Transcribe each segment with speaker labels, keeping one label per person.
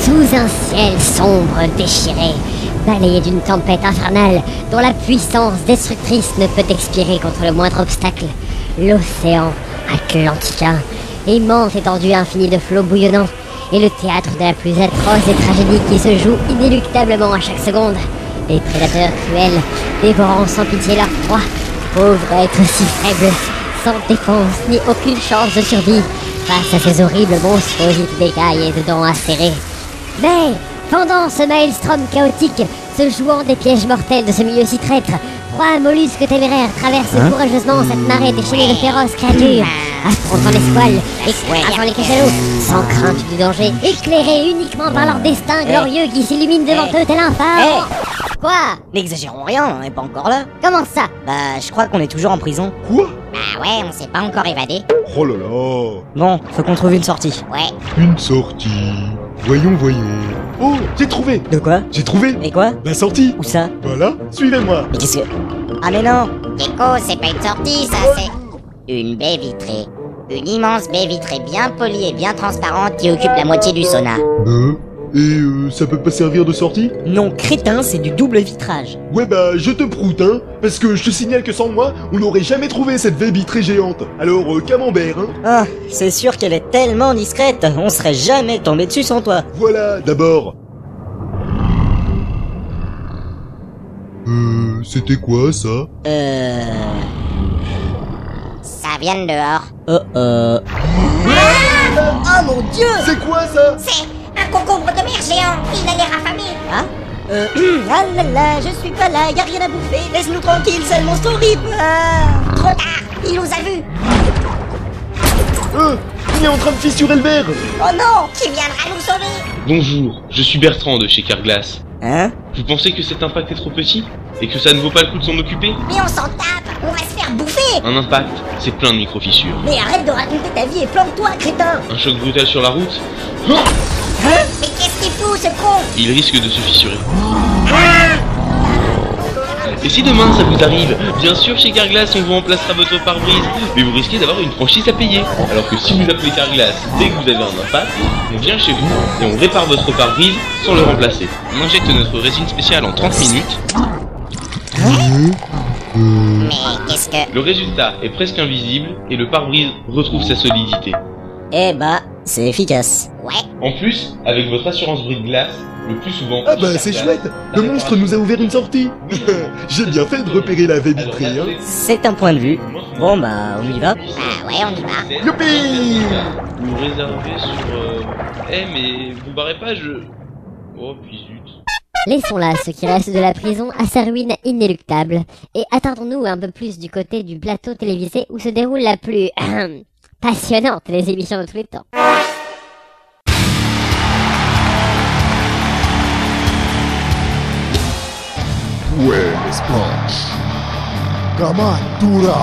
Speaker 1: sous un ciel sombre déchiré, balayé d'une tempête infernale dont la puissance destructrice ne peut expirer contre le moindre obstacle. L'océan Atlantica, immense étendue infinie de flots bouillonnants, est le théâtre de la plus atroce des tragédies qui se joue inéluctablement à chaque seconde. Les prédateurs cruels dévorant sans pitié leur proie, pauvres êtres si faibles, sans défense ni aucune chance de survie face à ces horribles monstruosités d'écailles et de dents acérées. Mais, pendant ce maelstrom chaotique, se jouant des pièges mortels de ce milieu si traître, trois mollusques téméraires traversent
Speaker 2: Hein
Speaker 1: courageusement cette marée déchaînée de féroces créatures, affrontant les squales, écrasant les cachalots, sans crainte du danger, éclairés uniquement par leur destin glorieux qui s'illumine devant eux tel
Speaker 3: Ah.
Speaker 1: un phare. Quoi
Speaker 3: N'exagérons rien, on n'est pas encore là.
Speaker 1: Comment ça
Speaker 3: Bah, je crois qu'on est toujours en prison.
Speaker 2: Quoi
Speaker 3: Bah ouais, on s'est pas encore évadé.
Speaker 2: Oh là là
Speaker 3: Bon, faut qu'on trouve une sortie.
Speaker 1: Ouais.
Speaker 2: Une sortie. Voyons, voyons. Oh, j'ai trouvé
Speaker 3: De quoi
Speaker 2: J'ai trouvé
Speaker 3: Mais quoi
Speaker 2: La sortie
Speaker 3: Où ça
Speaker 2: Voilà, suivez-moi
Speaker 3: Mais qu'est-ce que... Ah mais non
Speaker 4: Gecko, c'est pas une sortie, ça, c'est une baie vitrée. Une immense baie vitrée bien polie et bien transparente qui occupe la moitié du sauna.
Speaker 2: Euh Et euh, ça peut pas servir de sortie
Speaker 3: Non, crétin, c'est du double vitrage.
Speaker 2: Ouais bah, je te proute, hein Parce que je te signale que sans moi, on n'aurait jamais trouvé cette baby très géante. Alors, euh, camembert, hein
Speaker 3: Ah, c'est sûr qu'elle est tellement discrète, on serait jamais tombé dessus sans toi.
Speaker 2: Voilà, d'abord. Euh, c'était quoi, ça
Speaker 3: Euh...
Speaker 4: Ça vient de dehors.
Speaker 3: Oh oh... Ah oh mon dieu
Speaker 2: C'est quoi, ça
Speaker 4: C'est un concombre de mer géant. Il a l'air affamé.
Speaker 3: Ah euh, hum, ah là là, je suis pas là, y a rien à bouffer, laisse-nous tranquille, sale monstre horrible ah.
Speaker 4: Trop tard, il nous a vus.
Speaker 2: Euh, il est en train de fissurer le verre
Speaker 4: Oh non, qui viendra nous sauver
Speaker 5: Bonjour, je suis Bertrand de chez Carglass.
Speaker 3: Hein
Speaker 5: Vous pensez que cet impact est trop petit Et que ça ne vaut pas le coup de s'en occuper
Speaker 4: Mais on s'en tape, on va se faire bouffer.
Speaker 5: Un impact, c'est plein de micro-fissures.
Speaker 3: Mais arrête de raconter ta vie et plante-toi, crétin
Speaker 5: Un choc brutal sur la route
Speaker 3: Hein?
Speaker 4: Mais qu'est-ce qu'il fout, ce con
Speaker 5: Il risque de se fissurer. Et si demain ça vous arrive, bien sûr chez Carglass on vous remplacera votre pare-brise, mais vous risquez d'avoir une franchise à payer. Alors que si vous appelez Carglass dès que vous avez un impact, on vient chez vous et on répare votre pare-brise sans le remplacer. On injecte notre résine spéciale en 30 minutes.
Speaker 4: Mais qu'est-ce que...
Speaker 5: Le résultat est presque invisible et le pare-brise retrouve sa solidité.
Speaker 3: Eh bah, c'est efficace.
Speaker 4: Ouais,
Speaker 5: En plus, avec votre assurance bris de glace, le plus souvent.
Speaker 2: Ah bah c'est chouette Le monstre nous a ouvert une sortie J'ai bien fait de repérer la baie
Speaker 5: Alors,
Speaker 2: vitrée, hein
Speaker 5: attendez.
Speaker 3: C'est un point de vue. Bon bah, on y va.
Speaker 4: bah ouais, on y va.
Speaker 2: Youpi
Speaker 5: Nous réserver sur. euh, Eh mais vous barrez pas, je. Oh puis zut.
Speaker 1: Laissons là ce qui reste de la prison à sa ruine inéluctable et attardons-nous un peu plus du côté du plateau télévisé où se déroule la plus ahem, passionnante des émissions de tous les temps.
Speaker 6: Where is Punch? Kamantura!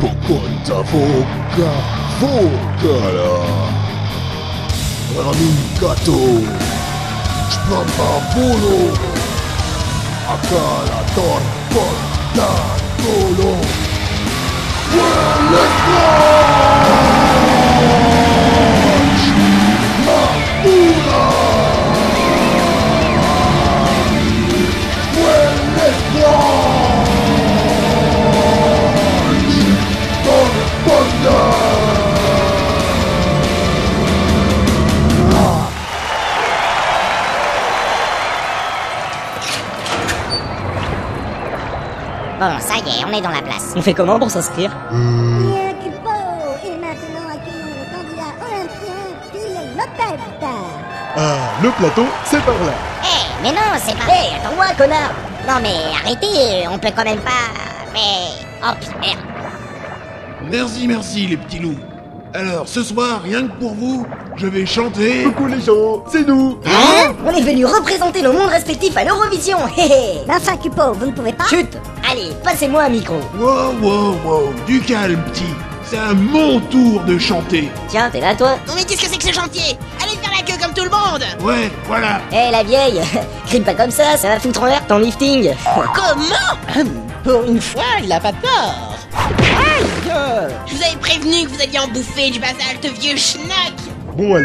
Speaker 6: Pokonta Voka Vokala! Ramin Kato! Shpamba Volo! Akala Torpota Tolo! Well, let's
Speaker 4: Bon, ça y est, on est dans la place.
Speaker 3: On fait comment pour s'inscrire
Speaker 7: Et maintenant, accueillons le candidat olympien Bill Lopez.
Speaker 2: Ah, le plateau, c'est par là
Speaker 4: Eh, mais non, c'est pas...
Speaker 3: Hé, attends-moi, connard
Speaker 4: Non mais arrêtez, on peut quand même pas... Mais... Oh putain, merde.
Speaker 8: Merci, merci, les petits loups. Alors, ce soir, rien que pour vous, je vais chanter.
Speaker 2: Coucou les gens, c'est nous
Speaker 3: Hein On est venu représenter nos mondes respectifs à l'Eurovision Hé hé
Speaker 7: Mais Ben, enfin, Cupo, vous ne pouvez pas
Speaker 3: Chut Allez, passez-moi un micro
Speaker 8: Wow, wow, wow, du calme, petit. C'est à mon tour de chanter.
Speaker 3: Tiens, t'es là, toi
Speaker 9: Mais qu'est-ce que c'est que ce chantier Allez faire la queue comme tout le monde
Speaker 8: Ouais, voilà.
Speaker 3: Hé, Eh, la vieille Crie pas comme ça, ça va foutre en l'air ton lifting
Speaker 8: Hum,
Speaker 9: Comment
Speaker 3: Pour une fois
Speaker 9: Il a pas peur Je vous avais prévenu que vous alliez en bouffer du basalt, vieux schnack
Speaker 2: Bon allez,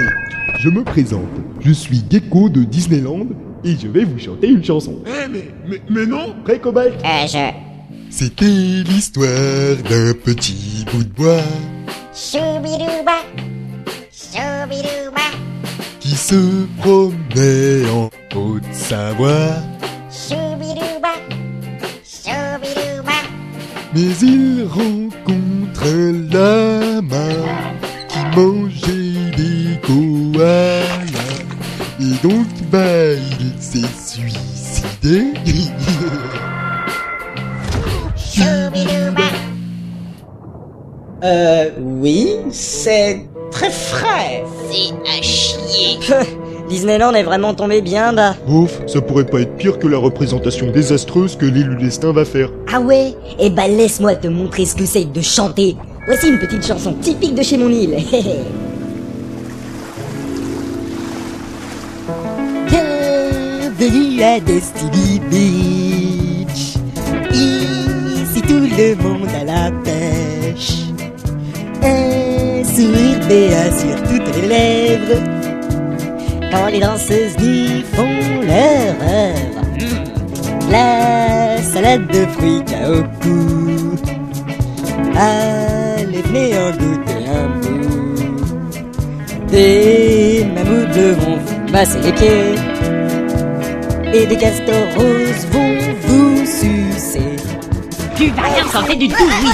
Speaker 10: Je me présente, je suis Gecko de Disneyland et je vais vous chanter une chanson.
Speaker 11: Eh mais, mais, mais non
Speaker 10: Prêt Cobalt
Speaker 12: Euh, je.
Speaker 2: C'était l'histoire d'un petit bout de bois
Speaker 12: Choubidouba. Choubidouba.
Speaker 2: qui se promenait en Haute-Savoie.
Speaker 12: Choubidouba. Choubidouba.
Speaker 2: Mais il rencontre un lama qui mangeait des koalas. Et donc, bah, il s'est suicidé.
Speaker 12: Choubidouba.
Speaker 9: Euh, oui, c'est très frais.
Speaker 12: C'est à chier.
Speaker 4: Disneyland est vraiment tombé bien bas.
Speaker 10: Ouf, ça pourrait pas être pire que la représentation désastreuse que l'île du destin va faire.
Speaker 4: Ah ouais Eh bah laisse-moi te montrer ce que c'est que de chanter. Voici une petite chanson typique de chez mon île. Hé, hé. Bienvenue à Destiny Beach. Ici tout le monde à la pêche. Un sourire béat sur toutes les lèvres. Quand les danseuses y font leur œuvre.
Speaker 13: Hmm.
Speaker 4: La salade de fruits Kaoku. Allez, venez en goûter un bout. Des mammouths devront vous masser les pieds. Et des castors roses vont vous sucer.
Speaker 13: Tu vas rien chanter du tout, oui.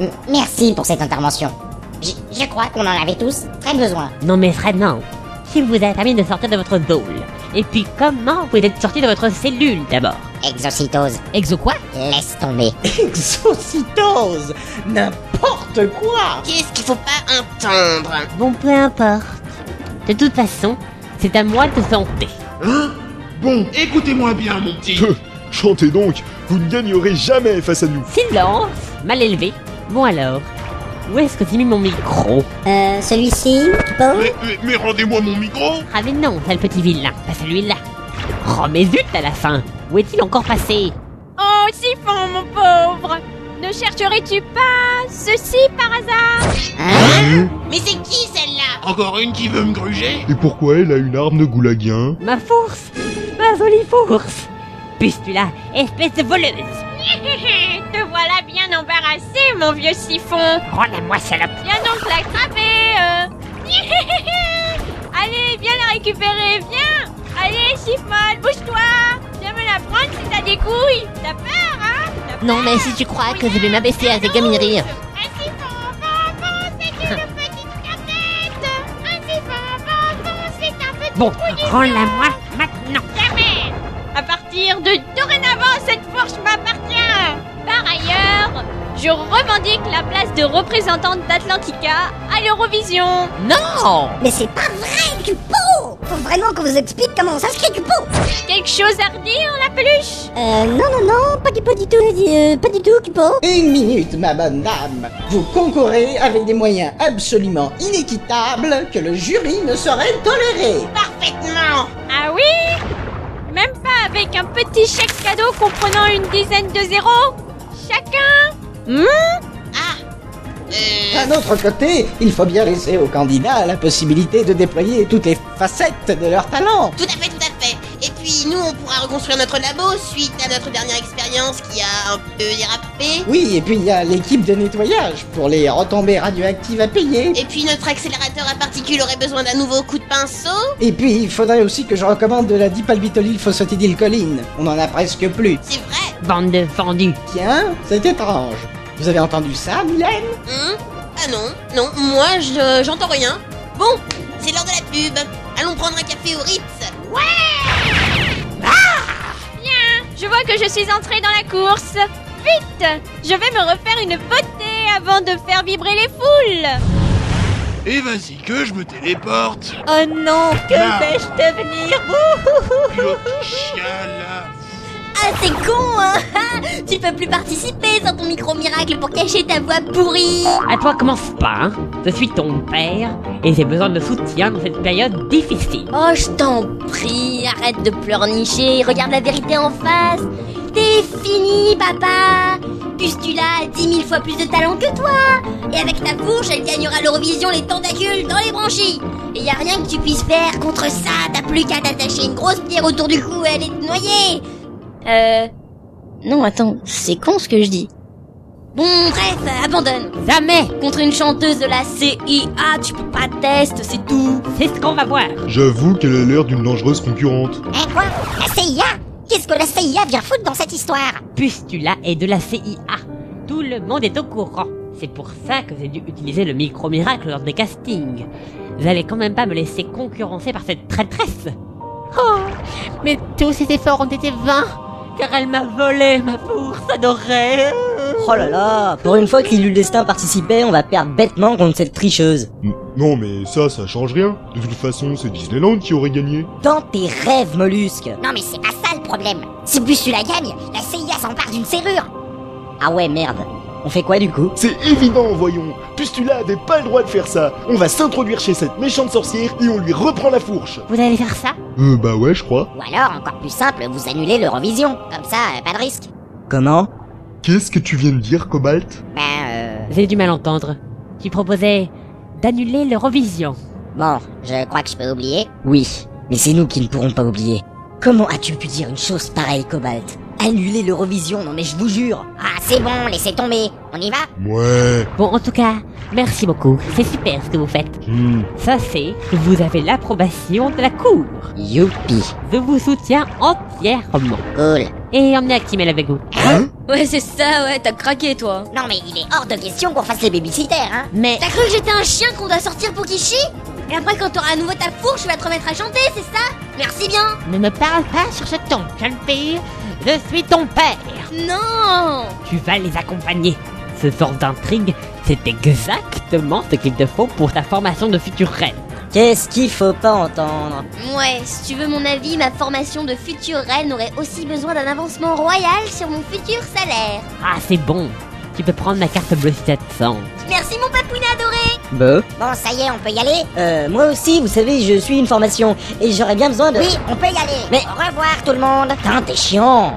Speaker 12: M- Merci pour cette intervention. J- Je crois qu'on en avait tous très besoin.
Speaker 13: Non mais vraiment, si vous avez permis de sortir de votre boule, et puis comment vous êtes sorti de votre cellule d'abord
Speaker 12: Exocytose,
Speaker 13: Exo quoi
Speaker 12: laisse tomber.
Speaker 9: Exocytose N'importe quoi
Speaker 13: Qu'est-ce qu'il faut pas entendre Bon, peu importe. De toute façon, c'est à moi de chanter.
Speaker 11: Hein Bon, écoutez-moi bien, mon petit.
Speaker 10: Peuh, chantez donc, vous ne gagnerez jamais face à nous.
Speaker 13: Silence Mal élevé. Bon alors, où est-ce que j'ai mis mon micro
Speaker 7: Euh, celui-ci, Kippo
Speaker 11: Mais, mais, mais rendez-moi mon micro
Speaker 13: Ah mais non, sale petit vilain, pas celui-là. Oh mais zut à la fin Où est-il encore passé
Speaker 14: Oh, Siphon, mon pauvre Ne chercherais-tu pas ceci par hasard
Speaker 12: Mais c'est qui celle-là
Speaker 11: Encore une qui veut me gruger
Speaker 10: Hein Et pourquoi elle a une arme de goulagien
Speaker 13: Ma fourche Ma jolie fourche Pustula, espèce de voleuse
Speaker 14: Te voilà bien embarrassé, mon vieux Siphon
Speaker 13: Rends-la-moi, salope
Speaker 14: Viens donc l'attraper euh. Allez, viens la récupérer, viens Allez, Chiffon, bouge-toi Viens me la prendre si t'as des couilles T'as peur, hein T'as peur hein,
Speaker 13: Non mais si tu crois que je vais m'abaisser à ces gamineries...
Speaker 14: Un Chiffon, bon, bon, c'est une petite canette Un Chiffon, bon, bon, c'est un petit
Speaker 13: Bon,
Speaker 14: bout du
Speaker 13: rends-la-moi maintenant
Speaker 14: Jamais À partir de dorénavant, cette fourche m'appartient Par ailleurs, je revendique la place de représentante d'Atlantica à l'Eurovision
Speaker 13: Non
Speaker 7: Mais c'est pas vrai, Kippo Faut vraiment qu'on vous explique comment on s'inscrit, Kippo
Speaker 14: Quelque chose à redire, la peluche
Speaker 7: Euh, non, non, non, pas Kippo du tout, euh, pas du tout, Kippo
Speaker 9: Une minute, ma bonne dame. Vous concourez avec des moyens absolument inéquitables que le jury ne saurait tolérer.
Speaker 12: Parfaitement
Speaker 14: Ah oui Même pas avec un petit chèque cadeau comprenant une dizaine de zéros Chacun Hmm
Speaker 7: Ah.
Speaker 9: Euh. D'un autre côté, il faut bien laisser aux candidats la possibilité de déployer toutes les facettes de leur talent.
Speaker 12: Tout à fait, tout à fait. Et puis nous, on pourra reconstruire notre labo suite à notre dernière expérience qui a un peu dérapé.
Speaker 9: Oui, et puis il y a l'équipe de nettoyage pour les retombées radioactives à payer.
Speaker 12: Et puis notre accélérateur à particules aurait besoin d'un nouveau coup de pinceau.
Speaker 9: Et puis il faudrait aussi que je recommande de la dipalbitolyle phosphotidylcholine. On en a presque plus.
Speaker 12: C'est vrai
Speaker 13: Bande de fendus
Speaker 9: Tiens, c'est étrange. Vous avez entendu ça, Mylène
Speaker 12: Hein Ah non, non, moi je j'entends rien. Bon, c'est l'heure de la pub. Allons prendre un café au Ritz.
Speaker 7: Ah
Speaker 14: Je vois que je suis entrée dans la course Vite Je vais me refaire une beauté avant de faire vibrer les foules
Speaker 11: Et Eh, vas-y que je me téléporte
Speaker 14: Oh non Que
Speaker 11: Non.
Speaker 14: vais-je devenir
Speaker 11: Le petit chien, là
Speaker 7: Ah, c'est con, hein Tu peux plus participer sans ton micro miracle pour cacher ta voix pourrie
Speaker 13: À toi commence pas, hein. Je suis ton père, et j'ai besoin de soutien dans cette période difficile.
Speaker 7: Oh, je t'en prie, arrête de pleurnicher, regarde la vérité en face T'es fini, papa Pustula a 10 000 fois plus de talent que toi Et avec ta fourche, elle gagnera l'Eurovision les tentacules dans les branchies Et y a rien que tu puisses faire contre ça T'as plus qu'à t'attacher une grosse pierre autour du cou et aller te noyer Euh... Non, attends, c'est con ce que je dis. Bon, bref, euh, abandonne Jamais Contre une chanteuse de la CIA, tu peux pas test, c'est tout C'est ce qu'on va voir
Speaker 2: J'avoue qu'elle a l'air d'une dangereuse concurrente.
Speaker 4: Hein, quoi La CIA Qu'est-ce que la CIA vient foutre dans cette histoire
Speaker 13: Pustula est de la CIA. Tout le monde est au courant. C'est pour ça que j'ai dû utiliser le micro-miracle lors des castings. Vous allez quand même pas me laisser concurrencer par cette traîtresse Oh Mais tous ces efforts ont été vains Car elle m'a volé ma bourse adorée
Speaker 3: Oh là là, pour une fois que l'île du destin participait, on va perdre bêtement contre cette tricheuse.
Speaker 2: Non mais ça, ça change rien. De toute façon, c'est Disneyland qui aurait gagné.
Speaker 3: Dans tes rêves, mollusque
Speaker 4: Non mais c'est pas ça le problème Si Bustula gagne, la CIA s'empare d'une serrure
Speaker 3: Ah ouais, merde. On fait quoi du coup
Speaker 2: C'est évident, voyons Pustula avait pas le droit de faire ça On va s'introduire chez cette méchante sorcière et on lui reprend la fourche
Speaker 13: Vous allez faire ça
Speaker 2: Euh, bah ouais, je crois.
Speaker 4: Ou alors, encore plus simple, vous annulez l'Eurovision. Comme ça, euh, pas de risque.
Speaker 3: Comment
Speaker 2: Qu'est-ce que tu viens de dire, Cobalt
Speaker 4: Ben, euh...
Speaker 13: J'ai du mal à entendre. Tu proposais d'annuler l'Eurovision.
Speaker 4: Bon, je crois que je peux oublier.
Speaker 3: Oui, mais c'est nous qui ne pourrons pas oublier. Comment as-tu pu dire une chose pareille, Cobalt Annuler l'Eurovision, non mais je vous jure
Speaker 4: Ah, c'est bon, laissez tomber On y va
Speaker 2: Ouais.
Speaker 13: Bon, en tout cas, merci beaucoup. C'est super ce que vous faites.
Speaker 2: Hmm.
Speaker 13: Ça c'est, que vous avez l'approbation de la cour.
Speaker 3: Youpi
Speaker 13: Je vous soutiens entièrement.
Speaker 4: Cool.
Speaker 13: Et emmenez Actimel avec vous.
Speaker 3: Hein
Speaker 7: Ouais, c'est ça, ouais, t'as craqué, toi
Speaker 4: Non mais il est hors de question qu'on fasse les babysitters, hein
Speaker 13: Mais...
Speaker 7: T'as cru que j'étais un chien qu'on doit sortir pour qu'il chie Et après, quand t'auras à nouveau ta fourche, tu vas te remettre à chanter, c'est ça Merci bien
Speaker 13: Ne me parle pas sur ce ton, jeune fille. Je suis ton père.
Speaker 7: Non
Speaker 13: Tu vas les accompagner. Ce genre d'intrigue, c'est exactement ce qu'il te faut pour ta formation de future reine.
Speaker 3: Qu'est-ce qu'il faut pas entendre
Speaker 7: Ouais, si tu veux mon avis, ma formation de future reine aurait aussi besoin d'un avancement royal sur mon futur salaire.
Speaker 13: Ah, c'est bon. Tu peux prendre ma carte bleue 700.
Speaker 7: Merci mon papounet adoré
Speaker 3: Bah
Speaker 4: Bon, ça y est, on peut y aller
Speaker 3: Euh, moi aussi, vous savez, je suis une formation, et j'aurais bien besoin de...
Speaker 4: Oh, Oui, on peut y aller
Speaker 3: Mais-
Speaker 4: Au revoir tout le monde
Speaker 3: Putain, t'es chiant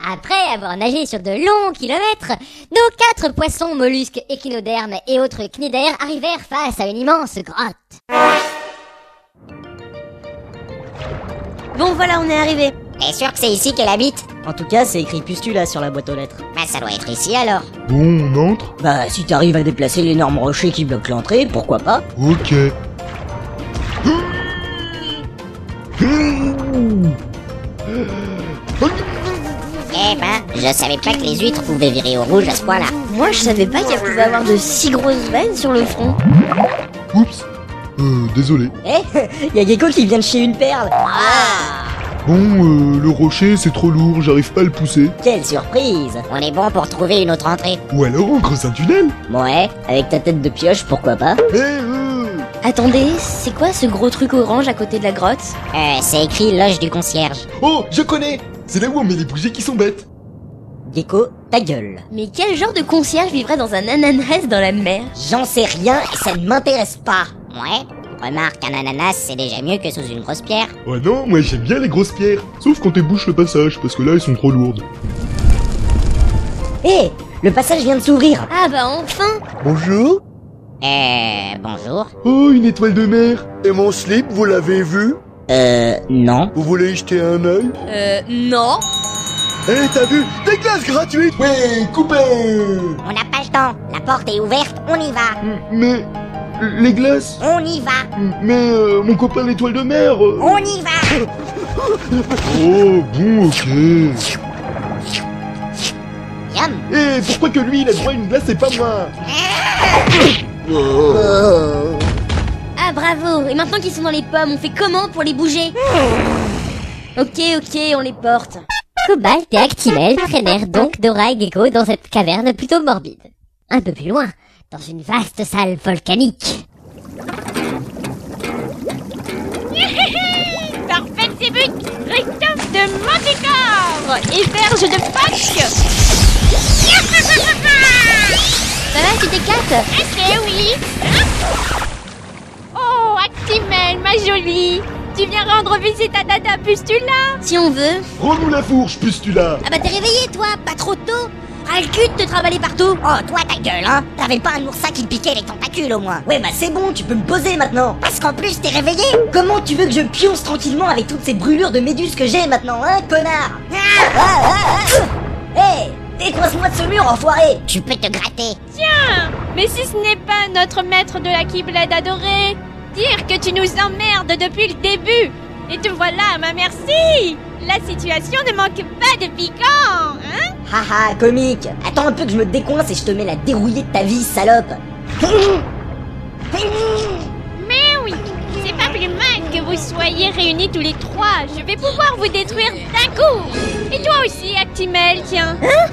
Speaker 1: Après avoir nagé sur de longs kilomètres, nos quatre poissons, mollusques, échinodermes et autres cnidaires arrivèrent face à une immense grotte.
Speaker 7: Bon voilà, on est arrivé.
Speaker 4: T'es sûr que c'est ici qu'elle habite
Speaker 3: En tout cas, c'est écrit Pustula sur la boîte aux lettres.
Speaker 4: Bah, ça doit être ici alors
Speaker 2: Bon, on entre
Speaker 3: Bah, si t'arrives à déplacer l'énorme rocher qui bloque l'entrée, pourquoi pas
Speaker 2: Ok.
Speaker 4: Eh ben, je savais pas que les huîtres pouvaient virer au rouge à ce point-là.
Speaker 7: Moi, je savais pas qu'elle pouvait avoir de si grosses veines sur le front.
Speaker 2: Oups. Euh, désolé.
Speaker 3: Eh Y'a Gecko qui vient de chier une perle
Speaker 4: Ah.
Speaker 2: Bon, euh, le rocher, c'est trop lourd, j'arrive pas à le pousser.
Speaker 3: Quelle surprise
Speaker 4: On est bon pour trouver une autre entrée.
Speaker 2: Ou alors on creuse un tunnel
Speaker 3: Ouais, avec ta tête de pioche, pourquoi pas
Speaker 2: Mais euh...
Speaker 7: Attendez, c'est quoi ce gros truc orange à côté de la grotte
Speaker 4: Euh, c'est écrit loge du concierge.
Speaker 2: Oh, je connais C'est là où on met les bougies qui sont bêtes.
Speaker 3: Gecko, ta gueule
Speaker 7: Mais quel genre de concierge vivrait dans un ananas dans la mer
Speaker 3: J'en sais rien, et ça ne m'intéresse pas
Speaker 4: Ouais. Remarque, un ananas, c'est déjà mieux que sous une grosse pierre.
Speaker 2: Oh non, moi j'aime bien les grosses pierres. Sauf quand elles bouchent le passage, parce que là elles sont trop lourdes.
Speaker 3: Eh Le passage vient de s'ouvrir
Speaker 7: Ah bah enfin
Speaker 2: Bonjour
Speaker 3: Eh,
Speaker 4: Euh, bonjour.
Speaker 2: Oh, une étoile de mer
Speaker 6: Et mon slip, vous l'avez vu
Speaker 3: Euh, non.
Speaker 6: Vous voulez y jeter un œil
Speaker 7: Euh, non
Speaker 6: Eh, t'as vu Des glaces gratuites
Speaker 2: Ouais, coupé
Speaker 4: On n'a pas le temps. La porte est ouverte, on y va.
Speaker 2: Mais... Les glaces
Speaker 4: On y va.
Speaker 2: Mais euh, mon copain l'étoile de mer euh,
Speaker 4: On y va.
Speaker 2: Oh, bon, ok.
Speaker 4: Yum.
Speaker 2: Eh, pourquoi que lui il a droit à une glace et pas moi Euh.
Speaker 7: Ah bravo Et maintenant qu'ils sont dans les pommes, on fait comment pour les bouger
Speaker 3: Hmm.
Speaker 7: Ok, ok, on les porte.
Speaker 1: Cobalt et Actimel traînèrent donc Dora et Gecko dans cette caverne plutôt morbide. Un peu plus loin, dans une vaste salle volcanique.
Speaker 14: Parfait ses buts Rectum de Manticore Et verge de Pâques
Speaker 7: Ça va, tu t'éclates
Speaker 14: Ah Hein c'est oui Oh, Actimel, ma jolie tu viens rendre visite à Dada Pustula
Speaker 7: Si on veut.
Speaker 2: Rends-nous la fourche, Pustula
Speaker 7: Ah bah t'es réveillé toi, pas trop tôt
Speaker 15: Ah,
Speaker 7: Ras le cul de te travailler partout
Speaker 4: Oh, toi ta gueule, hein T'avais pas un oursin qui te piquait les tentacules au moins
Speaker 15: Ouais, bah c'est bon, tu peux me poser maintenant
Speaker 4: Parce qu'en plus, t'es réveillé
Speaker 15: Comment tu veux que je pionce tranquillement avec toutes ces brûlures de méduses que j'ai maintenant, hein, connard Ah, Hé Décoince-moi de ce mur, enfoiré
Speaker 4: Tu peux te gratter
Speaker 14: Tiens Mais si ce n'est pas notre maître de la Keyblade adoré, dire que tu nous emmerdes depuis le début Et te voilà à ma merci La situation ne manque pas de piquant, hein
Speaker 15: Haha, comique Attends un peu que je me décoince et je te mets la dérouillée de ta vie, salope
Speaker 14: Mais oui C'est pas plus mal que vous soyez réunis tous les trois Je vais pouvoir vous détruire d'un coup Et toi aussi, Actimel, tiens
Speaker 15: Hein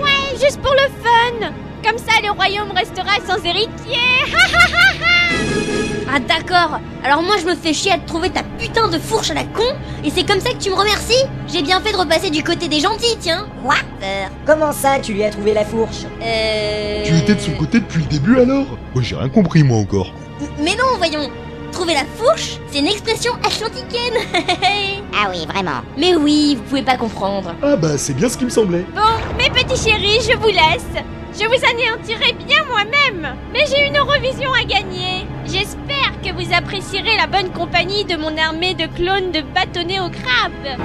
Speaker 14: Ouais, juste pour le fun Comme ça, le royaume restera sans héritier Ha, ha, ha, ha
Speaker 7: Ah d'accord Alors moi je me fais chier à te trouver ta putain de fourche à la con, et c'est comme ça que tu me remercies J'ai bien fait de repasser du côté des gentils, tiens
Speaker 15: Quoi Comment ça, tu lui as trouvé la fourche
Speaker 4: bah,
Speaker 7: Euh...
Speaker 2: Tu étais de son côté depuis le début alors Oh, j'ai rien compris moi encore.
Speaker 7: Mais non, voyons Trouver la fourche, c'est une expression atlanticaine
Speaker 4: Ah oui, vraiment.
Speaker 7: Mais oui, vous pouvez pas comprendre.
Speaker 2: Ah bah, c'est bien ce qui me semblait.
Speaker 14: Bon, mes petits chéris, je vous laisse. Je vous anéantirai bien moi-même. Mais j'ai une Eurovision à gagner. J'espère que vous apprécierez la bonne compagnie de mon armée de clones de bâtonnets aux crabes.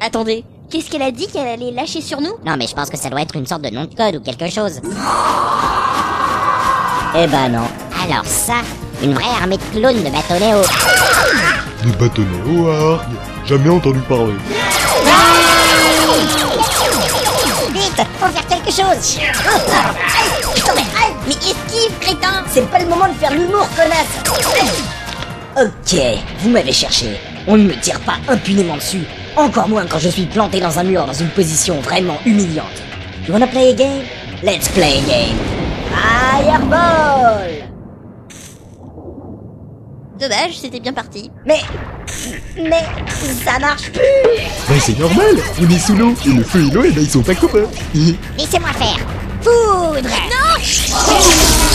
Speaker 7: Attendez, qu'est-ce qu'elle a dit qu'elle allait lâcher sur nous
Speaker 4: Non, mais je pense que ça doit être une sorte de nom de code ou quelque chose.
Speaker 15: Eh ben non.
Speaker 4: Alors ça, une vraie armée de clones de bâtonnets au...
Speaker 16: Des bâtonnets au hargue. Jamais entendu parler.
Speaker 4: Vite, faut faire quelque chose
Speaker 7: Putain, mais arrête Mais esquive, crétin
Speaker 15: C'est pas le moment de faire l'humour, connasse Ok, vous m'avez cherché. On ne me tire pas impunément dessus. Encore moins quand je suis planté dans un mur dans une position vraiment humiliante. You wanna play a game Let's play a game. Fireball
Speaker 7: Dommage, c'était bien parti.
Speaker 15: Mais... Mais... Ça marche plus
Speaker 2: Bah, c'est normal, on est sous l'eau, et le feu et l'eau, et ben ils sont pas copains. Hi.
Speaker 4: Laissez-moi faire Foudre
Speaker 7: Non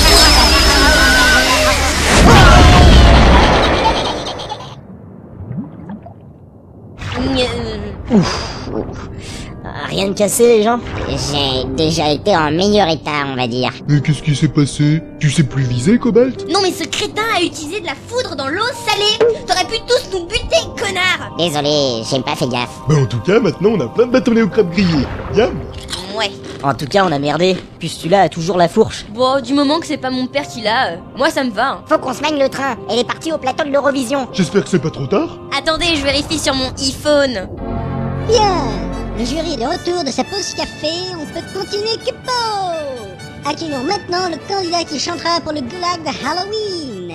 Speaker 7: euh,
Speaker 15: Ouf, ouf. Ah, Rien de cassé, les gens
Speaker 4: J'ai déjà été en meilleur état, on va dire.
Speaker 16: Mais qu'est-ce qui s'est passé Tu sais plus viser, Cobalt
Speaker 7: Non mais ce crétin a utilisé de la foudre dans l'eau salée T'aurais pu tous nous buter, connard
Speaker 4: Désolé, j'ai pas fait gaffe.
Speaker 2: Bah, en tout cas, maintenant on a plein de bâtonnets aux crabes grillés. Yam
Speaker 7: Ouais.
Speaker 15: En tout cas, on a merdé. Pustula a toujours la fourche.
Speaker 7: Bon, du moment que c'est pas mon père qui l'a, euh, moi ça me va. hein.
Speaker 4: Faut qu'on se magne le train. Elle est partie au plateau de l'Eurovision.
Speaker 2: J'espère que c'est pas trop tard.
Speaker 7: Attendez, je vérifie sur mon iPhone.
Speaker 17: Bien Le jury est de retour de sa pause café, on peut continuer que pas Accueillons maintenant le candidat qui chantera pour le goulag de Halloween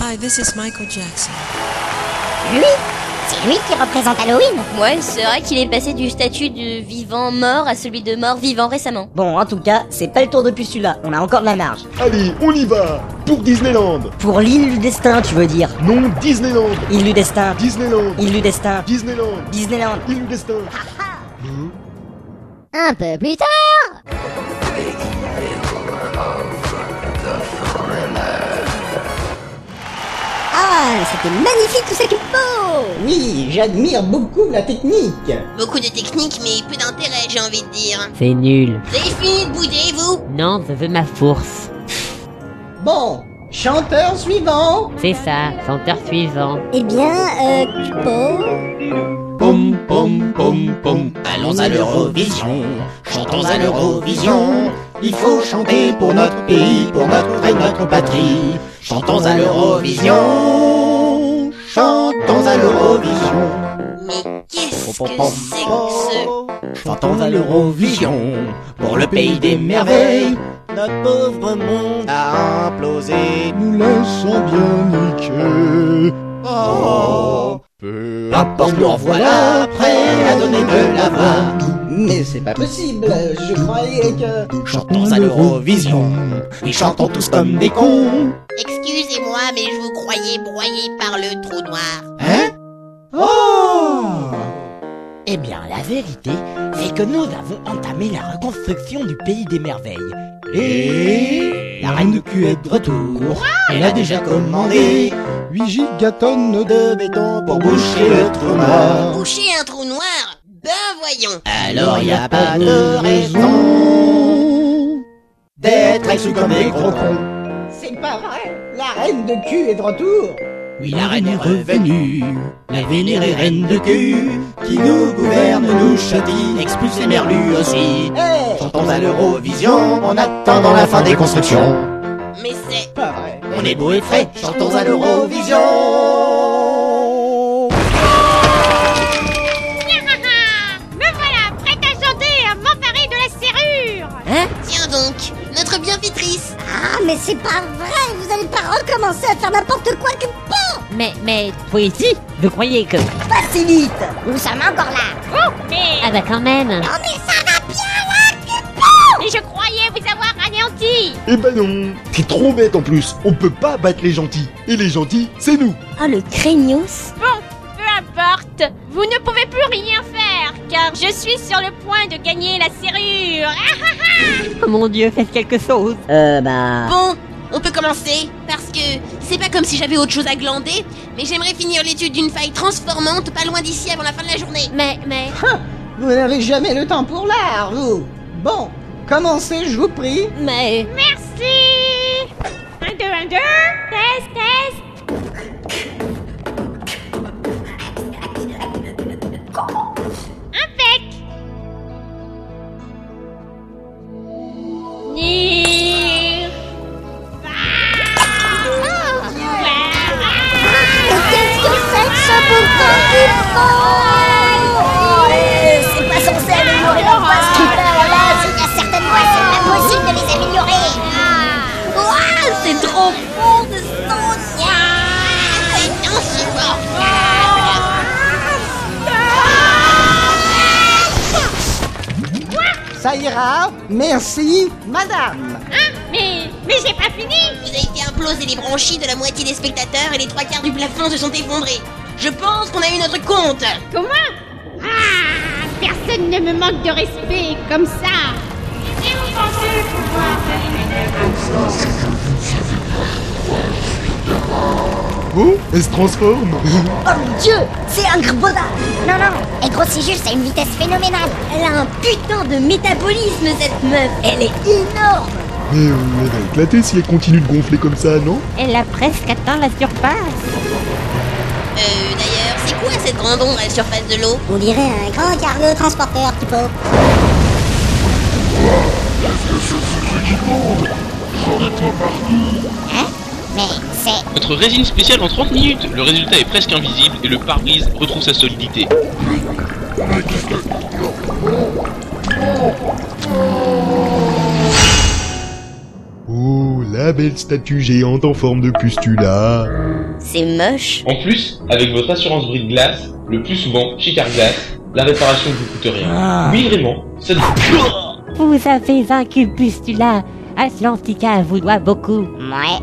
Speaker 18: Hi, this is Michael Jackson.
Speaker 4: Lui C'est lui qui représente Halloween
Speaker 7: Ouais, c'est vrai qu'il est passé du statut de vivant-mort à celui de mort-vivant récemment.
Speaker 15: Bon, en tout cas, c'est pas le tour de Pustula. On a encore de la marge.
Speaker 2: Allez, on y va Pour Disneyland
Speaker 15: Pour l'île du destin, tu veux dire
Speaker 2: Non, Disneyland
Speaker 15: Île du destin.
Speaker 2: Disneyland
Speaker 15: Île du destin.
Speaker 2: Disneyland
Speaker 15: Disneyland.
Speaker 2: Île du destin Hein
Speaker 17: Un peu plus tard Ah, c'était magnifique tout ça que beau
Speaker 9: Oui, j'admire beaucoup la technique.
Speaker 12: Beaucoup de techniques, mais peu d'intérêt, j'ai envie de dire.
Speaker 13: C'est nul.
Speaker 12: Vous avez fini de bouder, vous
Speaker 13: Non, je veux ma fourche.
Speaker 9: Bon, chanteur suivant.
Speaker 13: C'est ça, senteur suivant.
Speaker 17: Eh bien, euh, Kupo
Speaker 6: Pom pom pom pom.
Speaker 19: Allons à l'Eurovision, chantons à l'Eurovision. Il faut chanter pour notre pays, pour notre et notre patrie. Chantons à l'Eurovision, chantons à l'Eurovision.
Speaker 12: Mais qu'est-ce
Speaker 19: Pom,
Speaker 12: que
Speaker 19: pom,
Speaker 12: c'est
Speaker 19: pom.
Speaker 12: que ce...
Speaker 19: Chantons à l'Eurovision, pour le pays des merveilles. Notre pauvre monde a implosé.
Speaker 16: Nous laissons bien niquer.
Speaker 19: Oh, peu importe, nous voilà prêts à donner de la voix.
Speaker 9: Mais c'est pas possible, je croyais que...
Speaker 19: Chantons à l'Eurovision, oui chantons tous comme des cons.
Speaker 12: Excusez-moi, mais je vous croyais broyé par le trou noir.
Speaker 19: Hein Oh
Speaker 12: Eh
Speaker 20: Eh bien, la vérité, c'est que nous avons entamé la reconstruction du pays des merveilles.
Speaker 19: Et la reine de cul est de retour. Elle a déjà commandé 8 gigatonnes de béton pour boucher le trou noir.
Speaker 12: Boucher un trou noir Ben voyons
Speaker 19: Alors y a pas de raison d'être exclu comme des gros cons.
Speaker 9: C'est pas vrai La reine de cul est de retour
Speaker 19: Oui, la reine est revenue, la vénérée reine de cul, qui nous gouverne, nous châtie, expulse les merlus aussi. Chantons à l'Eurovision en attendant la fin des constructions.
Speaker 12: Mais c'est
Speaker 9: pas vrai
Speaker 19: On est beau et frais, chantons à l'Eurovision
Speaker 14: Me voilà, prête à chanter et à m'emparer de la serrure
Speaker 12: Hein Tiens donc, notre bienfaitrice
Speaker 17: Ah, mais c'est pas vrai Vous allez pas recommencer à faire n'importe quoi que bon
Speaker 13: Mais, mais, poésie Vous croyez que...
Speaker 17: Passez vite Nous sommes encore là
Speaker 14: Oh, mais...
Speaker 13: Ah bah quand
Speaker 4: Oh,
Speaker 13: même
Speaker 17: Non mais ça va bien
Speaker 14: Mais je croyais vous avoir anéanti
Speaker 2: Eh ben non C'est trop bête en plus On peut pas battre les gentils Et les gentils, c'est nous
Speaker 17: Oh, le craignos
Speaker 14: Bon, peu importe, vous ne pouvez plus rien faire, car je suis sur le point de gagner la serrure Ah, ah,
Speaker 13: Oh mon dieu, faites quelque chose
Speaker 15: Euh, bah...
Speaker 12: Bon, on peut commencer, parce que c'est pas comme si j'avais autre chose à glander, mais j'aimerais finir l'étude d'une faille transformante pas loin d'ici avant la fin de la journée.
Speaker 14: Mais, mais...
Speaker 9: Vous n'avez jamais le temps pour l'art, vous Bon, commencez, je vous prie
Speaker 13: Mais...
Speaker 14: Merci 1, 2, 1, 2 Test, test Impec Nir
Speaker 17: Qu'est-ce que c'est que ce bouton qui
Speaker 12: Eh, c'est pas censé améliorer mon passe qui là
Speaker 17: Il y a certaines voies, c'est pas possible de les améliorer Ah.
Speaker 13: ah,
Speaker 12: Waouh, c'est trop bon de son C'est insupportable
Speaker 9: Ça ira Merci, madame
Speaker 14: Hein Mais... Mais j'ai pas fini
Speaker 12: Vous avez fait imploser les branchies de la moitié des spectateurs et les trois quarts du plafond se sont effondrés. Je pense qu'on a eu notre compte
Speaker 14: Comment Ah Personne ne me manque de respect, comme ça Et vous pensez pouvoir
Speaker 2: Oh, elle se transforme
Speaker 17: Oh mon dieu C'est un greboda Non, non Elle grossit juste à une vitesse phénoménale Elle a un putain de métabolisme, cette meuf Elle est énorme
Speaker 2: Mais euh, elle va éclater si elle continue de gonfler comme ça, non
Speaker 13: Elle a presque atteint la surface
Speaker 12: Euh, d'ailleurs, c'est quoi cette grande ombre à la surface de l'eau
Speaker 17: On dirait un grand cargo transporteur, Pipo
Speaker 4: Mais c'est
Speaker 5: Notre résine spéciale en 30 minutes Le résultat est presque invisible et le pare-brise retrouve sa solidité.
Speaker 2: Oh, la belle statue géante en forme de ah. pustula
Speaker 5: C'est moche. En plus, avec votre assurance bris de glace, le plus souvent, chez Carglass, la réparation ne vous coûte rien.
Speaker 2: Ah.
Speaker 5: Oui, vraiment, ça ne...
Speaker 13: Vous avez vaincu Pustula Atlantica vous doit beaucoup
Speaker 4: Ouais.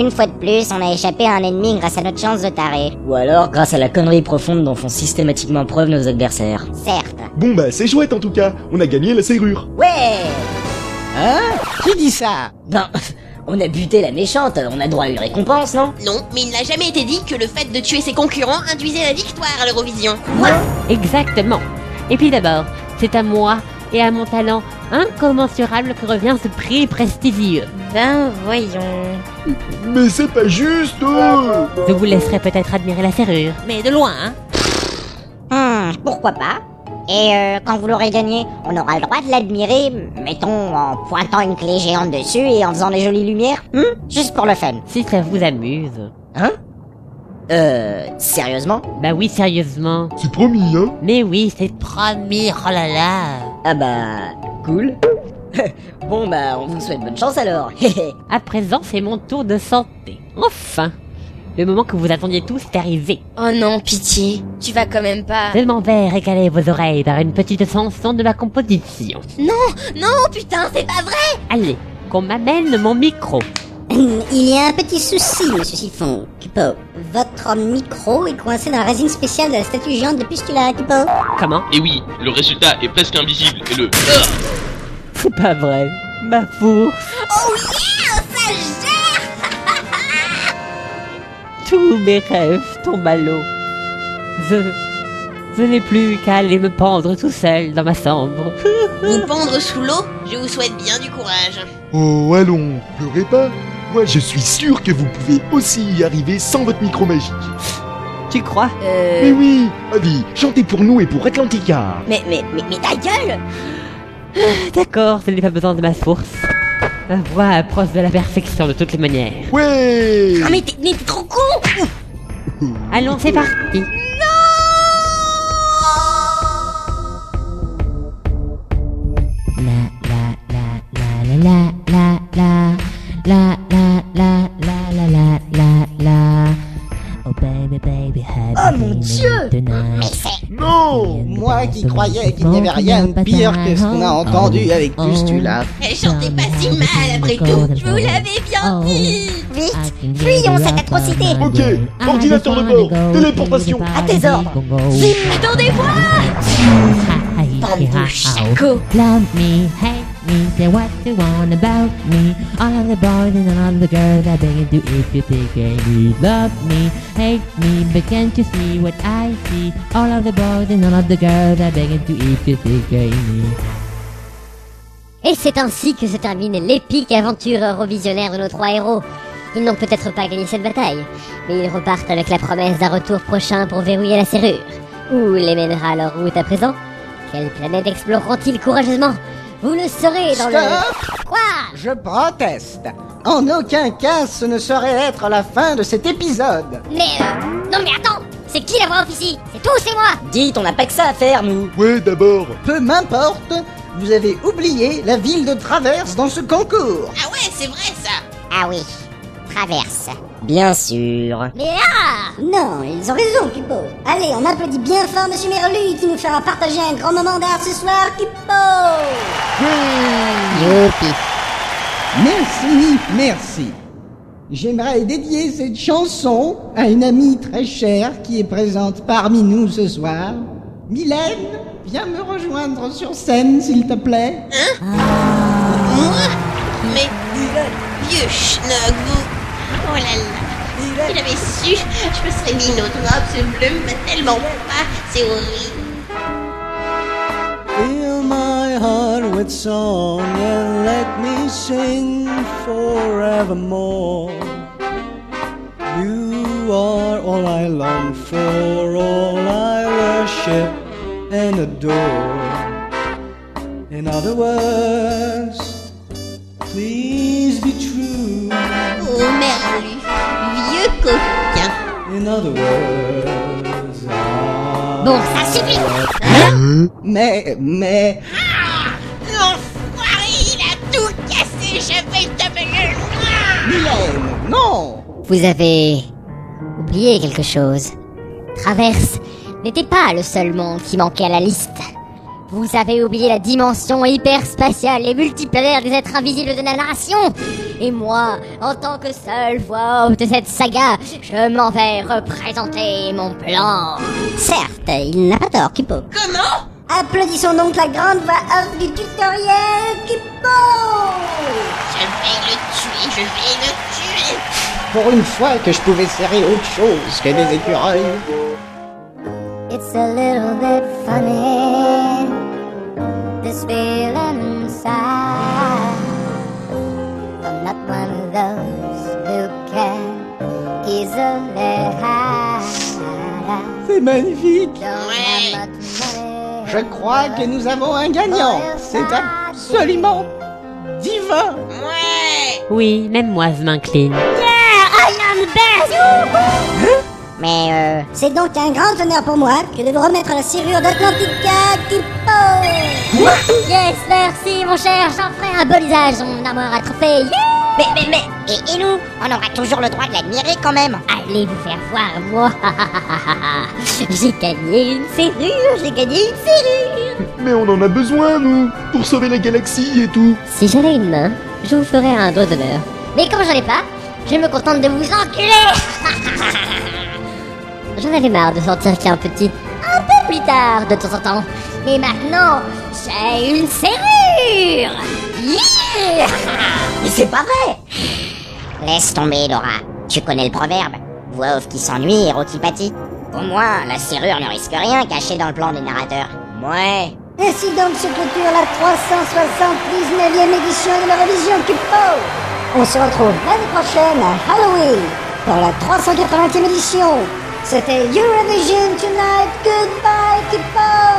Speaker 4: Une fois de plus, on a échappé à un ennemi grâce à notre chance de taré.
Speaker 15: Ou alors grâce à la connerie profonde dont font systématiquement preuve nos adversaires.
Speaker 4: Certes.
Speaker 2: Bon bah, c'est chouette en tout cas On a gagné la serrure
Speaker 4: Ouais
Speaker 9: Hein Qui dit ça
Speaker 15: Ben, on a buté la méchante, on a droit à une récompense, non
Speaker 12: Non, mais il n'a jamais été dit que le fait de tuer ses concurrents induisait la victoire à l'Eurovision.
Speaker 13: Exactement Et puis d'abord, c'est à moi et à mon talent incommensurable que revient ce prix prestigieux.
Speaker 21: Ben voyons.
Speaker 2: Mais c'est pas juste euh
Speaker 13: Je vous laisserai peut-être admirer la serrure.
Speaker 21: Mais de loin, hein
Speaker 4: Hmm, pourquoi pas Et euh, quand vous l'aurez gagné, on aura le droit de l'admirer, mettons en pointant une clé géante dessus et en faisant des jolies lumières hmm Juste pour le fun.
Speaker 13: Si ça vous amuse.
Speaker 15: Hein Euh... Sérieusement
Speaker 13: Bah oui, sérieusement.
Speaker 2: C'est promis, hein
Speaker 13: Mais oui, c'est promis, oh là là
Speaker 15: Ah bah... Cool. bon bah, on vous souhaite bonne chance alors.
Speaker 13: À présent, c'est mon tour de santé. Enfin Le moment que vous attendiez tous est arrivé.
Speaker 21: Oh non, pitié. Tu vas quand même pas.
Speaker 13: Je m'en vais régaler vos oreilles par une petite chanson de ma composition.
Speaker 21: Non, non, putain, c'est pas vrai.
Speaker 13: Allez, qu'on m'amène mon micro.
Speaker 4: Il y a un petit souci, monsieur Siphon. Kupo, votre micro est coincé dans la résine spéciale de la statue géante de Pustula, Kupo.
Speaker 22: Comment
Speaker 5: Et Eh oui, le résultat est presque invisible et le. E.
Speaker 13: C'est pas vrai. Ma fourche.
Speaker 14: Oh yeah, ça gère
Speaker 13: Tous mes rêves tombent à l'eau. Je... Je n'ai plus qu'à aller me pendre tout seul dans ma chambre.
Speaker 12: Vous pendre sous l'eau, je vous souhaite bien du courage.
Speaker 2: Oh, allons, pleurez pas. Moi, je suis sûr que vous pouvez aussi y arriver sans votre micro magique.
Speaker 13: Tu crois
Speaker 2: Mais oui Abby, chantez pour nous et pour Atlantica
Speaker 7: Mais, mais, mais, mais ta gueule
Speaker 13: Ah, D'accord, je n'ai pas besoin de ma source. Ma voix approche de la perfection de toutes les manières.
Speaker 2: Ouais
Speaker 7: Ah mais t'es mais t'es trop con
Speaker 13: Allons, c'est parti.
Speaker 1: la la la la la la la la la la la Oh baby baby happy
Speaker 9: Oh mon Dieu Non Moi qui croyais qu'il n'y avait rien de pire que ce qu'on a entendu avec Pustula.
Speaker 14: Elle chantait pas si mal après tout, je vous l'avais bien dit Vite, fuyons cette atrocité
Speaker 9: Oh,
Speaker 2: Ok, ordinateur
Speaker 1: Ah,
Speaker 2: de bord, téléportation
Speaker 14: À tes ordres Zim, attendez-moi
Speaker 1: Bande de chacos. Love me, hate me, say what you want about me. All of the boys and all of the girls are begging to if you think they need. Love me, hate me, but can't you see what I see? All of the boys and all of the girls are begging to if you think they need.
Speaker 23: Et c'est ainsi que se termine l'épique aventure eurovisionnaire de nos trois héros.
Speaker 1: Ils n'ont peut-être pas gagné cette bataille, mais ils repartent avec la promesse d'un retour prochain pour verrouiller la serrure. Où les mènera leur route à présent Quelle planète exploreront-ils courageusement Vous le saurez dans le...
Speaker 9: Stop Je proteste. En aucun cas, ce ne saurait être la fin de cet épisode.
Speaker 14: Mais euh, non mais attends, c'est qui la voix off ici C'est tous, c'est moi
Speaker 9: Dites, on n'a pas que ça à faire, nous.
Speaker 2: Ouais, d'abord.
Speaker 9: Peu m'importe, vous avez oublié la ville de Traverse dans ce concours.
Speaker 12: Ah ouais, c'est vrai ça
Speaker 24: Ah oui, traverse.
Speaker 1: ah.
Speaker 25: Bien sûr.
Speaker 4: Mais ah Non, ils ont raison, Kupo. Allez, on applaudit bien fort Monsieur Merlu qui nous fera partager un grand moment d'art ce soir, Kupo
Speaker 9: Youpi. Merci, merci. J'aimerais dédier cette chanson à une amie très chère qui est présente parmi nous ce soir. Mylène, viens me rejoindre sur scène, s'il te plaît.
Speaker 12: Mais vieux schnog, vous. Oh là là S'il avait su, je me serais mis une autre robe, ce bleu me va tellement pas, c'est horrible.
Speaker 26: Fill my heart with song and let me sing forevermore. You are all I long for, all I worship and adore. In other words, please be true.
Speaker 12: Oh merlu, vieux coquin.
Speaker 26: In other words, I
Speaker 14: Bon, ça suffit
Speaker 9: Mais, mais...
Speaker 12: L'enfoiré, il a tout cassé, j'avais ta gueule.
Speaker 9: Mylène, non
Speaker 1: Vous avez oublié quelque chose.
Speaker 23: Traverse n'était pas le seul monde qui manquait à la liste.
Speaker 1: Vous avez oublié la dimension hyperspatiale et multiplanaire des êtres invisibles de la narration
Speaker 23: Et moi, en tant que seule voix off de cette saga, je m'en vais représenter mon plan.
Speaker 4: Certes, Euh, il n'a pas tort, Kupo.
Speaker 12: Comment
Speaker 4: Applaudissons donc la grande voix off du tutoriel, Kupo
Speaker 12: Je vais le tuer, je vais le tuer.
Speaker 9: Pour une fois que je pouvais serrer autre chose que des écureuils.
Speaker 23: It's a little bit funny, this feeling inside. I'm not one of those who can easily hide.
Speaker 9: C'est magnifique
Speaker 23: Don't have much money.
Speaker 9: Je crois que nous avons un gagnant. C'est absolument divin.
Speaker 22: Oui, même moi je m'incline.
Speaker 4: I am best
Speaker 24: Mais euh,
Speaker 4: C'est donc un grand honneur pour moi que de vous remettre la serrure d'Atlantica, Kupo
Speaker 23: Yes, merci mon cher, j'en ferai un bon usage, mon armoire à trophées. Yeah
Speaker 24: mais mais mais et, et nous, on aura toujours le droit de l'admirer quand même.
Speaker 23: Allez vous faire voir, moi J'ai gagné une serrure, j'ai gagné une serrure
Speaker 2: Mais on en a besoin, nous Pour sauver la galaxie et tout
Speaker 1: Si j'avais une main, je vous ferais un doigt d'honneur. Mais comme j'en ai pas, je me contente de vous enculer J'en avais marre de sentir qu'un petit un peu plus tard de temps en temps. Mais maintenant, j'ai une serrure Yeah
Speaker 7: Mais c'est pas vrai Laisse tomber, Laura. Tu connais le proverbe. Voix off qui s'ennuie, héros qui pâtit. Au moins, la serrure ne risque rien caché dans le plan du narrateur. Ouais.
Speaker 4: Ainsi donc se clôture la 379e édition de la révision Cupo. On se retrouve l'année prochaine à Halloween pour la 380e édition. C'était Eurovision Tonight. Goodbye Cupo.